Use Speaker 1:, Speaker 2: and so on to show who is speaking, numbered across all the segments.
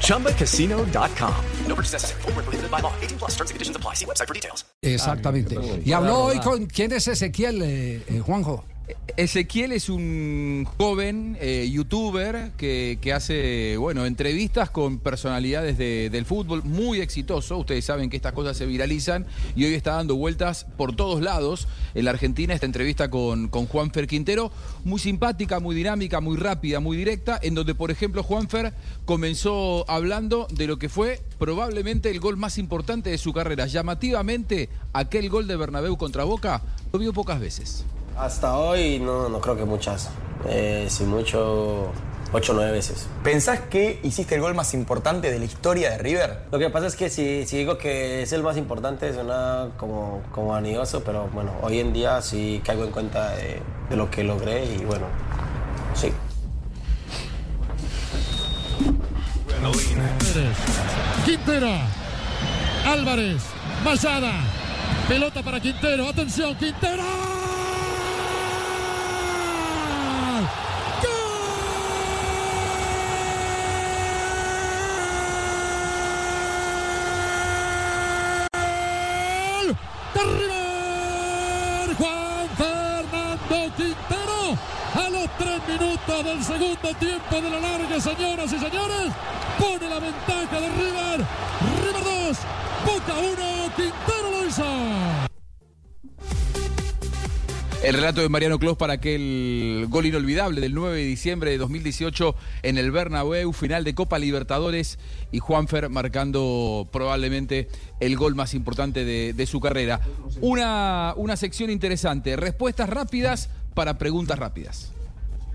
Speaker 1: ChumbaCasino.com. No purchase necessary. Void where prohibited by law. 18 plus terms and conditions apply. See website for details.
Speaker 2: Exactamente. Y habló hoy con quién es Ezequiel, eh, eh, Juanjo.
Speaker 3: Ezequiel es un joven eh, youtuber que, que hace, bueno, entrevistas con personalidades de- del fútbol, muy exitoso. Ustedes saben que estas cosas se viralizan y hoy está dando vueltas por todos lados en la Argentina esta entrevista con, con Juanfer Quintero, muy simpática, muy dinámica, muy rápida, muy directa, en donde, por ejemplo, Juanfer comenzó hablando de lo que fue probablemente el gol más importante de su carrera. Llamativamente, aquel gol de Bernabéu contra Boca lo vio pocas veces.
Speaker 4: Hasta hoy no, no creo que muchas. Eh, si mucho, ocho o nueve veces.
Speaker 5: ¿Pensás que hiciste el gol más importante de la historia de River?
Speaker 4: Lo que pasa es que si, si digo que es el más importante suena como, como vanidoso, pero bueno, hoy en día sí caigo en cuenta de, de lo que logré y bueno, sí.
Speaker 6: Pérez. Quintera. Álvarez. Mayada. Pelota para Quintero. Atención, Quintero. ¡Gol! ¡De River! Juan Fernando Quintero. A los tres minutos del segundo tiempo de la larga, señoras y señores, pone la ventaja de River. River 2, Boca 1, Quintero lo hizo.
Speaker 3: El relato de Mariano Clos para aquel gol inolvidable del 9 de diciembre de 2018 en el Bernabéu, final de Copa Libertadores y Juanfer marcando probablemente el gol más importante de, de su carrera. Una, una sección interesante, respuestas rápidas para preguntas rápidas.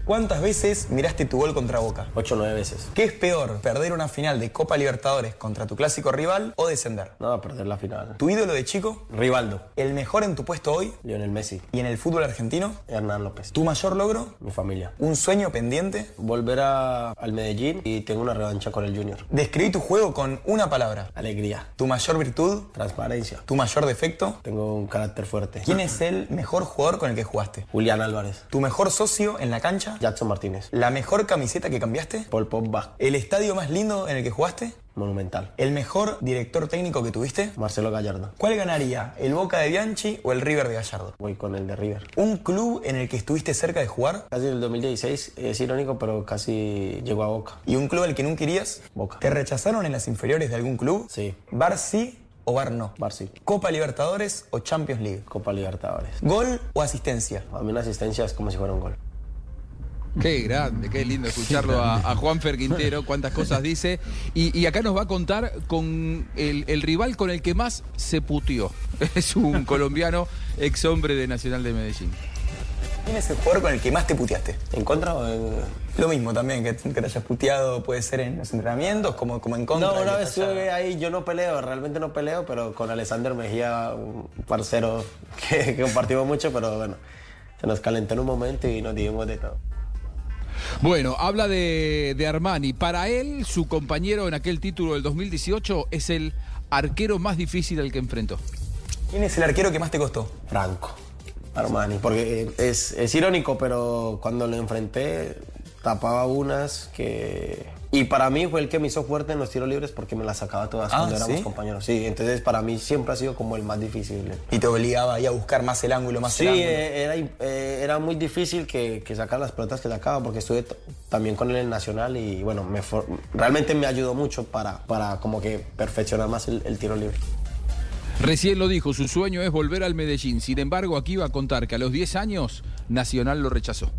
Speaker 5: ¿Cuántas veces miraste tu gol contra Boca?
Speaker 4: Ocho o nueve veces.
Speaker 5: ¿Qué es peor, perder una final de Copa Libertadores contra tu clásico rival o descender?
Speaker 4: No, perder la final.
Speaker 5: ¿Tu ídolo de chico?
Speaker 4: Rivaldo,
Speaker 5: ¿El mejor en tu puesto hoy?
Speaker 4: Lionel Messi,
Speaker 5: ¿Y en el fútbol argentino?
Speaker 4: Hernán López,
Speaker 5: ¿Tu mayor logro?
Speaker 4: mi familia.
Speaker 5: ¿Un sueño pendiente?
Speaker 4: Volver a- al Medellín y tengo una revancha con el Junior.
Speaker 5: Describí tu juego con una palabra.
Speaker 4: Alegría,
Speaker 5: ¿Tu mayor virtud?
Speaker 4: transparencia.
Speaker 5: ¿Tu mayor defecto?
Speaker 4: Tengo un carácter fuerte.
Speaker 5: ¿Quién es el mejor jugador con el que jugaste?
Speaker 4: Julián Álvarez,
Speaker 5: ¿Tu mejor socio en la cancha?
Speaker 4: Jackson Martínez,
Speaker 5: ¿La mejor camiseta que cambiaste?
Speaker 4: Paul Pogba,
Speaker 5: ¿El estadio más lindo en el que jugaste?
Speaker 4: Monumental,
Speaker 5: ¿El mejor director técnico que tuviste?
Speaker 4: Marcelo Gallardo.
Speaker 5: ¿Cuál ganaría, el Boca de Bianchi o el River de Gallardo?
Speaker 4: Voy con el de River.
Speaker 5: ¿Un club en el que estuviste cerca de jugar?
Speaker 4: Casi en el 2016, es irónico, pero casi llegó a Boca.
Speaker 5: ¿Y un club al que nunca irías?
Speaker 4: Boca.
Speaker 5: ¿Te rechazaron en las inferiores de algún club?
Speaker 4: Sí.
Speaker 5: ¿Bar sí o bar no?
Speaker 4: Bar sí.
Speaker 5: ¿Copa Libertadores o Champions League?
Speaker 4: Copa Libertadores.
Speaker 5: ¿Gol o asistencia?
Speaker 4: A mí una asistencia es como si fuera un gol.
Speaker 3: Qué grande, qué lindo escucharlo a, a Juanfer Quintero, cuántas cosas dice. Y, y acá nos va a contar con el, el rival con el que más se puteó. Es un colombiano, ex hombre de Nacional de Medellín.
Speaker 5: ¿Quién es el jugador con el que más te puteaste?
Speaker 4: ¿En contra o en.?
Speaker 5: Lo mismo también, que, que te hayas puteado puede ser en los entrenamientos, como, como en contra.
Speaker 4: No,
Speaker 5: que
Speaker 4: una
Speaker 5: te
Speaker 4: vez
Speaker 5: haya-
Speaker 4: estuve ahí, yo no peleo, realmente no peleo, pero con Alexander Mejía, un parcero que, que compartimos mucho, pero bueno, se nos calentó en un momento y nos dimos de todo.
Speaker 3: Bueno, habla de, de Armani. Para él, su compañero en aquel título del 2018 es el arquero más difícil al que enfrentó.
Speaker 5: ¿Quién es el arquero que más te costó?
Speaker 4: Franco, Armani, porque eh, es, es irónico, pero cuando lo enfrenté tapaba unas que... Y para mí fue el que me hizo fuerte en los tiros libres porque me las sacaba todas
Speaker 5: Ah,
Speaker 4: cuando éramos
Speaker 5: ¿sí?
Speaker 4: compañeros. Sí, entonces para mí siempre ha sido como el más difícil.
Speaker 5: Y te obligaba ahí a buscar más el ángulo, más
Speaker 4: Sí,
Speaker 5: el ángulo.
Speaker 4: eh, era, im- eh, era muy difícil que, que sacar las pelotas que sacaba porque estuve t- también con él en Nacional y bueno, me for- realmente me ayudó mucho para, para como que perfeccionar más el- el tiro libre.
Speaker 3: Recién lo dijo, su sueño es volver al Medellín. Sin embargo, aquí va a contar que a los 10 años Nacional lo rechazó.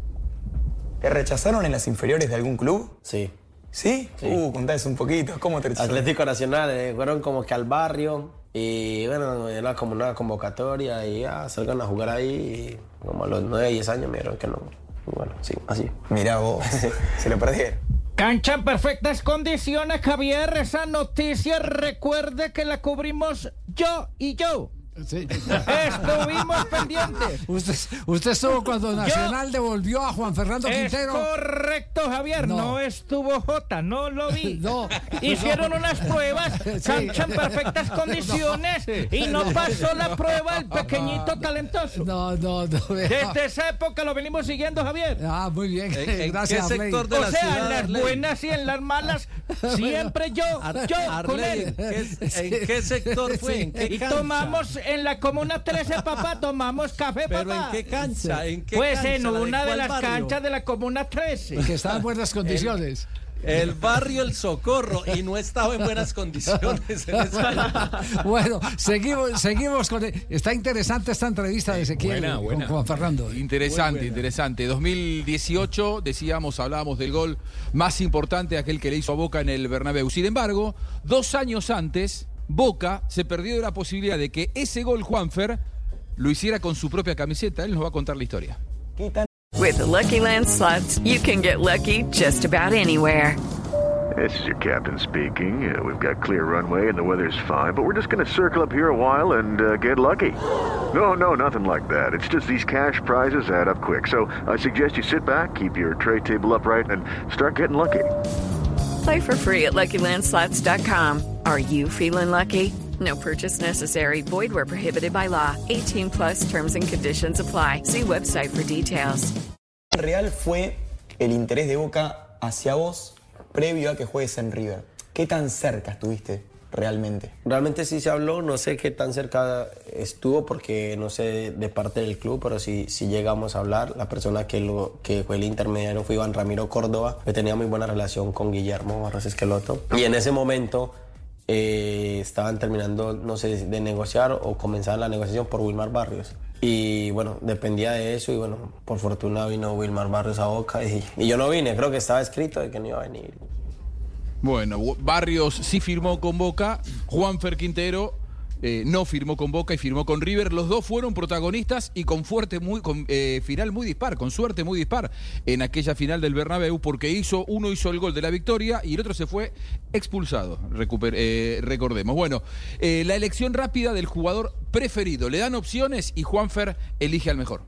Speaker 5: ¿Te rechazaron en las inferiores de algún club?
Speaker 4: Sí,
Speaker 5: ¿Sí? Uh, contás un poquito, ¿cómo te rechazaron?
Speaker 4: Atlético Nacional, eh, fueron como que al barrio y bueno, era como una convocatoria y ah, salgan a jugar ahí y como a los 9, 10 años me dijeron que no. Y bueno, sí, así.
Speaker 5: Mirá vos, se lo perdieron.
Speaker 7: Cancha en perfectas condiciones, Javier. Esa noticia recuerde que la cubrimos yo y yo.
Speaker 2: Sí.
Speaker 7: Estuvimos pendientes.
Speaker 2: Usted, usted estuvo cuando Nacional devolvió a Juan Fernando
Speaker 7: Es
Speaker 2: Quintero.
Speaker 7: correcto, Javier.
Speaker 2: No.
Speaker 7: No. estuvo Jota, no lo vi.
Speaker 2: No.
Speaker 7: Hicieron unas pruebas, cancha en perfectas condiciones y no pasó la prueba el pequeñito talentoso.
Speaker 2: No, no, no. vea.
Speaker 7: Desde esa época lo venimos siguiendo, Javier.
Speaker 2: Ah, muy bien.
Speaker 8: Este ¿En- en
Speaker 2: Gracias,
Speaker 8: qué
Speaker 2: Arley.
Speaker 8: sector de
Speaker 7: O
Speaker 8: la
Speaker 7: sea,
Speaker 8: ciudad,
Speaker 7: en las
Speaker 8: Arley?
Speaker 7: buenas y en las malas, siempre yo,
Speaker 8: Ar-
Speaker 7: yo con
Speaker 8: Arley, ¿en
Speaker 7: él.
Speaker 8: qué, en qué sector fue? ¿En qué
Speaker 7: Y
Speaker 8: cancha?
Speaker 7: tomamos en la Comuna 13, papá, tomamos café,
Speaker 8: ¿Pero en
Speaker 7: papá.
Speaker 8: qué cancha? ¿En qué
Speaker 7: Pues
Speaker 8: cancha?
Speaker 7: en
Speaker 8: ¿La de
Speaker 7: una de
Speaker 8: cuál
Speaker 7: las
Speaker 8: barrio?
Speaker 7: canchas de la Comuna 13.
Speaker 2: Que está en buenas condiciones.
Speaker 8: El barrio El Socorro y no estaba en buenas condiciones en ese momento.
Speaker 2: Bueno, seguimos, seguimos con. e-, Está interesante esta entrevista de Ezequiel
Speaker 3: buena, buena.
Speaker 2: con Juan Fernando. ¿eh?
Speaker 3: Interesante, interesante. 2018, decíamos, hablábamos del gol más importante, aquel que le hizo a Boca en el Bernabéu. Sin embargo, dos años antes, Boca se perdió de la posibilidad de que ese gol Juanfer lo hiciera con su propia camiseta. Él nos va a contar la historia.
Speaker 9: With the Lucky Land slots, you can get lucky just about anywhere.
Speaker 10: This is your captain speaking. Uh, we've got clear runway and the weather's fine, but we're just going to circle up here a while and uh, get lucky. No, no, nothing like that. It's just these cash prizes add up quick. So I suggest you sit back, keep your tray table upright, and start getting lucky.
Speaker 9: Play for free at LuckyLandSlots.com. Are you feeling lucky? No purchase necessary. Void where prohibited by law. 18 plus terms and conditions apply. See website for details.
Speaker 5: real fue el interés de Boca hacia vos previo a que juegues en River? ¿Qué tan cerca estuviste realmente?
Speaker 4: Realmente sí se habló, no sé qué tan cerca estuvo porque no sé de parte del club, pero sí, sí llegamos a hablar. La persona que, lo, que fue el intermediario fue Iván Ramiro Córdoba, que tenía muy buena relación con Guillermo Barros Esqueloto. Y en ese momento eh, estaban terminando, no sé, de negociar o comenzaban la negociación por Wilmar Barrios. Y bueno, dependía de eso y bueno, por fortuna vino Wilmar Barrios a Boca y, y yo no vine, creo que estaba escrito de que no iba a venir.
Speaker 3: Bueno, Bo- Barrios sí firmó con Boca, Juanfer Quintero eh, no firmó con Boca y firmó con River. Los dos fueron protagonistas y con fuerte muy, con, eh, final muy dispar, con suerte muy dispar en aquella final del Bernabéu, porque hizo uno hizo el gol de la victoria y el otro se fue expulsado. recuper- eh, recordemos. Bueno, eh, la elección rápida del jugador preferido. Le dan opciones y Juanfer elige al mejor.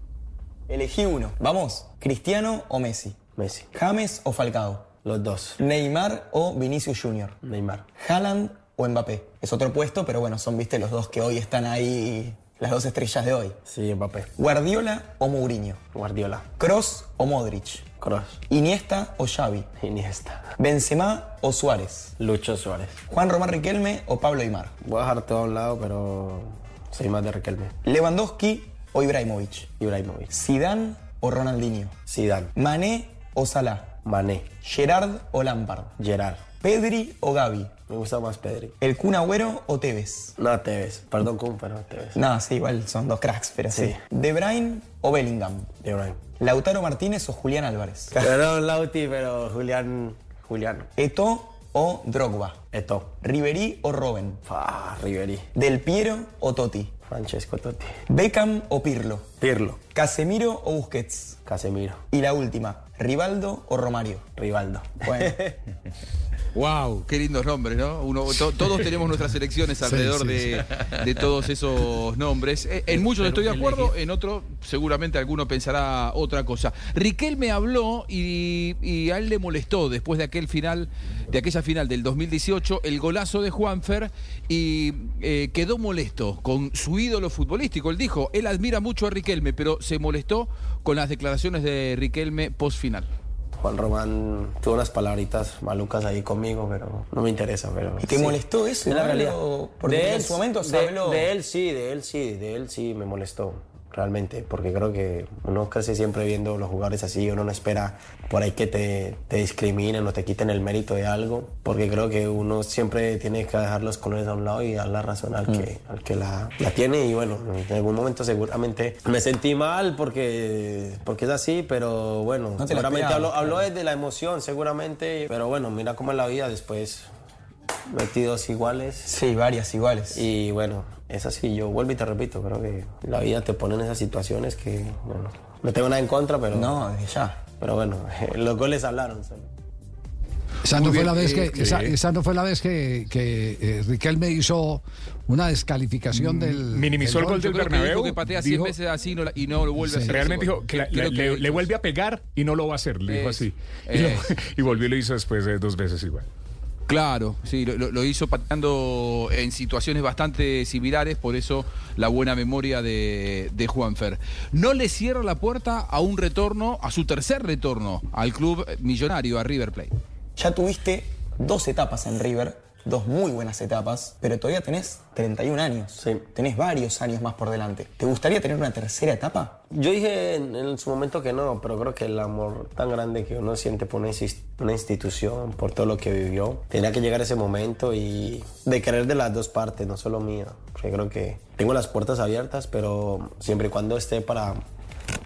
Speaker 5: Elegí uno. Vamos, ¿Cristiano o Messi?
Speaker 4: Messi,
Speaker 5: ¿James o Falcao?
Speaker 4: los dos,
Speaker 5: ¿Neymar o Vinicius Jr.?
Speaker 4: Neymar.
Speaker 5: ¿Haaland o Mbappé? Es otro puesto, pero bueno, son, viste, los dos que hoy están ahí, las dos estrellas de hoy.
Speaker 4: Sí, Mbappé,
Speaker 5: ¿Guardiola o Mourinho?
Speaker 4: Guardiola,
Speaker 5: ¿Cross o Modric?
Speaker 4: Cross.
Speaker 5: ¿Iniesta o Xavi?
Speaker 4: Iniesta.
Speaker 5: ¿Benzema o Suárez?
Speaker 4: Lucho Suárez.
Speaker 5: ¿Juan Román Riquelme o Pablo Aymar?
Speaker 4: Voy a dejar todo a un lado, pero soy más de Riquelme.
Speaker 5: ¿Lewandowski o Ibrahimovic?
Speaker 4: Ibrahimovic.
Speaker 5: ¿Zidane o Ronaldinho?
Speaker 4: Zidane.
Speaker 5: ¿Mané o Salah?
Speaker 4: Mané.
Speaker 5: ¿Gerard o Lampard?
Speaker 4: Gerard.
Speaker 5: ¿Pedri o Gavi?
Speaker 4: Me gusta más Pedri.
Speaker 5: ¿El Kun Agüero o Tevez?
Speaker 4: No te ves. Perdón, Kun, pero no te ves.
Speaker 5: No, sí, igual son dos cracks, pero sí.
Speaker 4: Sí.
Speaker 5: ¿De Bruyne o Bellingham?
Speaker 4: De Bruyne.
Speaker 5: ¿Lautaro Martínez o Julián Álvarez?
Speaker 4: Perdón, Lauti, pero Julián. Julián.
Speaker 5: ¿Eto o Drogba?
Speaker 4: Eto.
Speaker 5: ¿Ribery o Robben?
Speaker 4: Ah, Riveri.
Speaker 5: ¿Del Piero o Totti?
Speaker 4: Francesco Totti.
Speaker 5: ¿Beckham o Pirlo?
Speaker 4: Pirlo.
Speaker 5: ¿Casemiro o Busquets?
Speaker 4: Casemiro.
Speaker 5: Y la última, ¿Rivaldo o Romario?
Speaker 4: Rivaldo.
Speaker 5: Bueno,
Speaker 3: Wow, qué lindos nombres, ¿no? Uno- to- todos tenemos nuestras elecciones alrededor de, de todos esos nombres. Eh, En muchos estoy de acuerdo, en otros seguramente alguno pensará otra cosa. Riquel me habló y, y a él le molestó después de aquel final, de aquella final del 2018, el golazo de Juanfer y eh, quedó molesto con su ídolo futbolístico. Él dijo, él admira mucho a Riquelme, pero se molestó con las declaraciones de Riquelme post final.
Speaker 4: Juan Román tuvo unas palabritas malucas ahí conmigo, pero no me interesa. Pero,
Speaker 5: ¿Y te molestó eso,
Speaker 4: Es la
Speaker 5: Pablo?
Speaker 4: realidad.
Speaker 5: Porque en su momento se
Speaker 4: de-
Speaker 5: habló-
Speaker 4: de él sí, de él sí, de él sí me molestó. Realmente, porque creo que uno casi siempre viendo los jugadores así, uno no espera por ahí que te, te discriminen o te quiten el mérito de algo, porque creo que uno siempre tiene que dejar los colores a un lado y dar la razón al que,
Speaker 5: Mm.
Speaker 4: al que la, la tiene. Y bueno, en algún momento seguramente me sentí mal porque, porque es así, pero bueno,
Speaker 5: No te la
Speaker 4: seguramente
Speaker 5: esperabas,
Speaker 4: habló, habló desde la emoción, seguramente, pero bueno, mira cómo es la vida después, metidos iguales.
Speaker 5: sí, varias iguales.
Speaker 4: Y bueno, es así, yo vuelvo y te repito, creo que la vida te pone en esas situaciones que, bueno, no tengo nada en contra, pero,
Speaker 5: No, desde ya.
Speaker 4: pero bueno, los goles hablaron. solo.
Speaker 2: Esa
Speaker 3: Muy
Speaker 2: no, fue
Speaker 3: bien,
Speaker 2: la vez
Speaker 3: eh,
Speaker 2: que, esa,
Speaker 3: sí.
Speaker 2: esa no fue la vez que, que eh, Riquelme hizo una descalificación del.
Speaker 11: minimizó el gol
Speaker 3: Yo
Speaker 11: del
Speaker 3: creo que
Speaker 11: Bernabéu,
Speaker 3: dijo que patea 100
Speaker 11: dijo-
Speaker 3: veces así no la- y no lo vuelve a hacer.
Speaker 11: Realmente dijo que la-
Speaker 3: Creo
Speaker 11: la-
Speaker 3: que-
Speaker 11: le, le vuelve a pegar y no lo va a hacer, le dijo
Speaker 3: Es-
Speaker 11: así. Y, lo-
Speaker 3: es.
Speaker 11: y volvió y lo hizo después eh, dos veces igual.
Speaker 3: Claro, sí, lo, lo- lo hizo pateando en situaciones bastante similares, por eso la buena memoria de, de Juanfer. No le cierra la puerta a un retorno, a su tercer retorno al club millonario, a River Plate.
Speaker 5: Ya tuviste dos etapas en River, dos muy buenas etapas, pero todavía tenés 31 años. Tenés varios años más por delante. ¿Te gustaría tener una tercera etapa?
Speaker 4: Yo dije en, en su momento que no, pero creo que el amor tan grande que uno siente por una, insis- una institución, por todo lo que vivió, tenía que llegar ese momento y de querer de las dos partes, no solo mía. Porque creo que tengo las puertas abiertas, pero siempre y cuando esté para,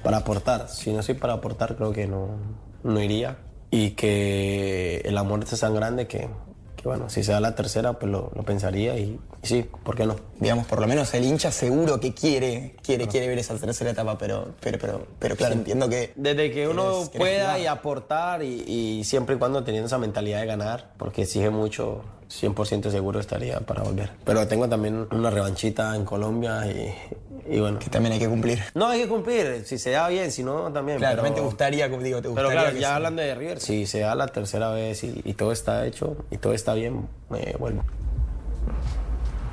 Speaker 4: para aportar. Si no soy para aportar, creo que no, no iría. Y que el amor es tan grande que, que, bueno, si sea la tercera, pues lo, lo pensaría y, y sí, ¿por qué no?
Speaker 5: Digamos, por lo menos el hincha seguro que quiere, quiere, quiere ver esa tercera etapa, pero, pero, pero, pero claro,
Speaker 4: Sí.
Speaker 5: entiendo que
Speaker 4: Desde que uno
Speaker 5: Querés- querés
Speaker 4: pueda
Speaker 5: jugar.
Speaker 4: y aportar y, y siempre y cuando teniendo esa mentalidad de ganar, porque exige mucho, 100% seguro estaría para volver. Pero tengo también una revanchita en Colombia y, y bueno. Que
Speaker 5: también hay que cumplir.
Speaker 4: No, hay que cumplir, si se da bien, si no también.
Speaker 5: Claro,
Speaker 4: pero-
Speaker 5: también te gustaría, como digo, te
Speaker 4: Pero
Speaker 5: gustaría.
Speaker 4: claro,
Speaker 5: que
Speaker 4: ya
Speaker 5: sí.
Speaker 4: hablando de River, si se da la tercera vez y, y todo está hecho y todo está bien, eh, vuelvo.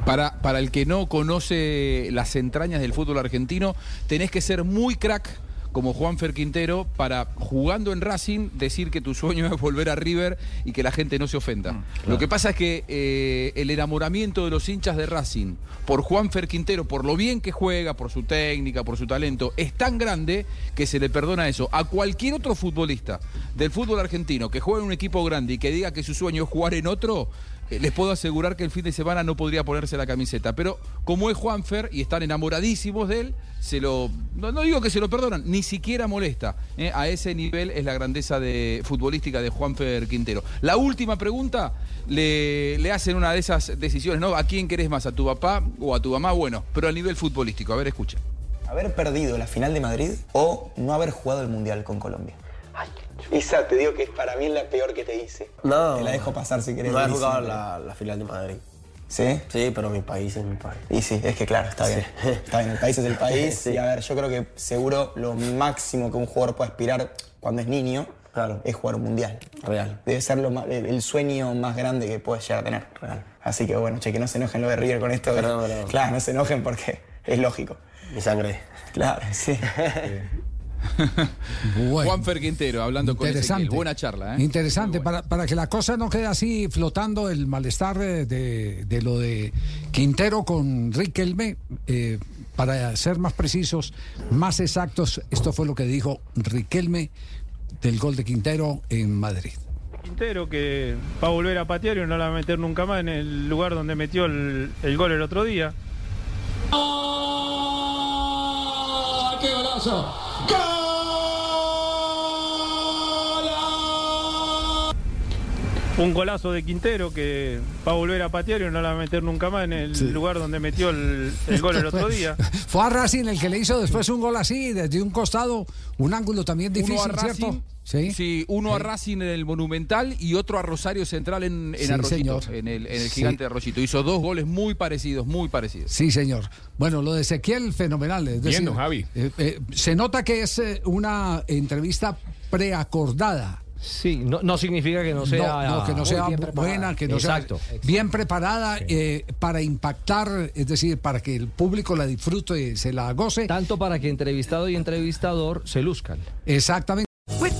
Speaker 3: Para, para el que no conoce las entrañas del fútbol argentino, tenés que ser muy crack como Juanfer Quintero para jugando en Racing decir que tu sueño es volver a River y que la gente no se ofenda. Lo que pasa es que eh, el enamoramiento de los hinchas de Racing por Juanfer Quintero, por lo bien que juega, por su técnica, por su talento, es tan grande que se le perdona eso. A cualquier otro futbolista del fútbol argentino que juegue en un equipo grande y que diga que su sueño es jugar en otro, eh, Les puedo asegurar que el fin de semana no podría ponerse la camiseta, pero como es Juanfer y están enamoradísimos de él, se lo no, no digo que se lo perdonan, ni siquiera molesta. ¿eh? A ese nivel es la grandeza de, futbolística de Juanfer Quintero. La última pregunta le, le hacen una de esas decisiones, ¿no? ¿A quién querés más? ¿A tu papá o a tu mamá? Bueno, pero a nivel futbolístico, a ver, escucha.
Speaker 5: ¿Haber perdido la final de Madrid o no haber jugado el Mundial con Colombia? Ay, esa te digo que es para mí la peor que te hice.
Speaker 4: No.
Speaker 5: Te la dejo pasar si querés.
Speaker 4: No he
Speaker 5: Luis,
Speaker 4: jugado
Speaker 5: siempre.
Speaker 4: la, la final de Madrid.
Speaker 5: ¿Sí?
Speaker 4: Sí, pero mi país es mi país.
Speaker 5: Y sí, es que claro, está bien. Está bien, el país es el país.
Speaker 4: Sí.
Speaker 5: Y a ver, yo creo que seguro lo máximo que un jugador puede aspirar cuando es niño es jugar un mundial.
Speaker 4: Real.
Speaker 5: Debe ser lo ma- el, el sueño más grande que puedes llegar a tener.
Speaker 4: Real.
Speaker 5: Así que bueno, che, que no se enojen lo de River con esto. que-
Speaker 4: Perdón, perdón.
Speaker 5: Claro, no se enojen porque es lógico.
Speaker 4: Mi sangre.
Speaker 5: Claro, sí.
Speaker 3: Juanfer Quintero hablando con Ezequiel. Buena charla, ¿eh?
Speaker 2: Interesante, para, para que la cosa no quede así flotando el malestar eh, de, de lo de Quintero con Riquelme. eh, para ser más precisos, más exactos, esto fue lo que dijo Riquelme del gol de Quintero en Madrid.
Speaker 12: Quintero que va a volver a patear y no la va a meter nunca más en el lugar donde metió el, el gol el otro día.
Speaker 6: ¡Ah, ¡Qué golazo!
Speaker 12: Un golazo de Quintero que va a volver a patear y no la va a meter nunca más en el lugar donde metió el, el gol el otro día.
Speaker 2: Fue a Racing el que le hizo después un gol así, desde un costado, un ángulo también difícil,
Speaker 3: uno a Racing,
Speaker 2: ¿cierto?
Speaker 3: ¿Sí? uno a Racing en el Monumental y otro a Rosario Central en, en
Speaker 2: Sí,
Speaker 3: Arroyito,
Speaker 2: señor.
Speaker 3: en el, en el
Speaker 2: Sí.
Speaker 3: gigante de Arroyito. Hizo dos goles muy parecidos, muy parecidos.
Speaker 2: Sí, señor. Bueno, lo de Ezequiel, fenomenal. Es
Speaker 3: Bien,
Speaker 2: decir,
Speaker 3: don Javi.
Speaker 2: eh, eh, se nota que es eh, una entrevista preacordada.
Speaker 13: Sí, no, no significa que no sea.
Speaker 2: No, no, que no
Speaker 13: muy
Speaker 2: sea
Speaker 13: bien
Speaker 2: bu-
Speaker 13: preparada.
Speaker 2: buena, que no
Speaker 13: Exacto.
Speaker 2: sea bien preparada eh, para impactar, es decir, para que el público la disfrute, se la goce.
Speaker 13: Tanto para que entrevistado y entrevistador se luzcan.
Speaker 2: Exactamente.
Speaker 9: With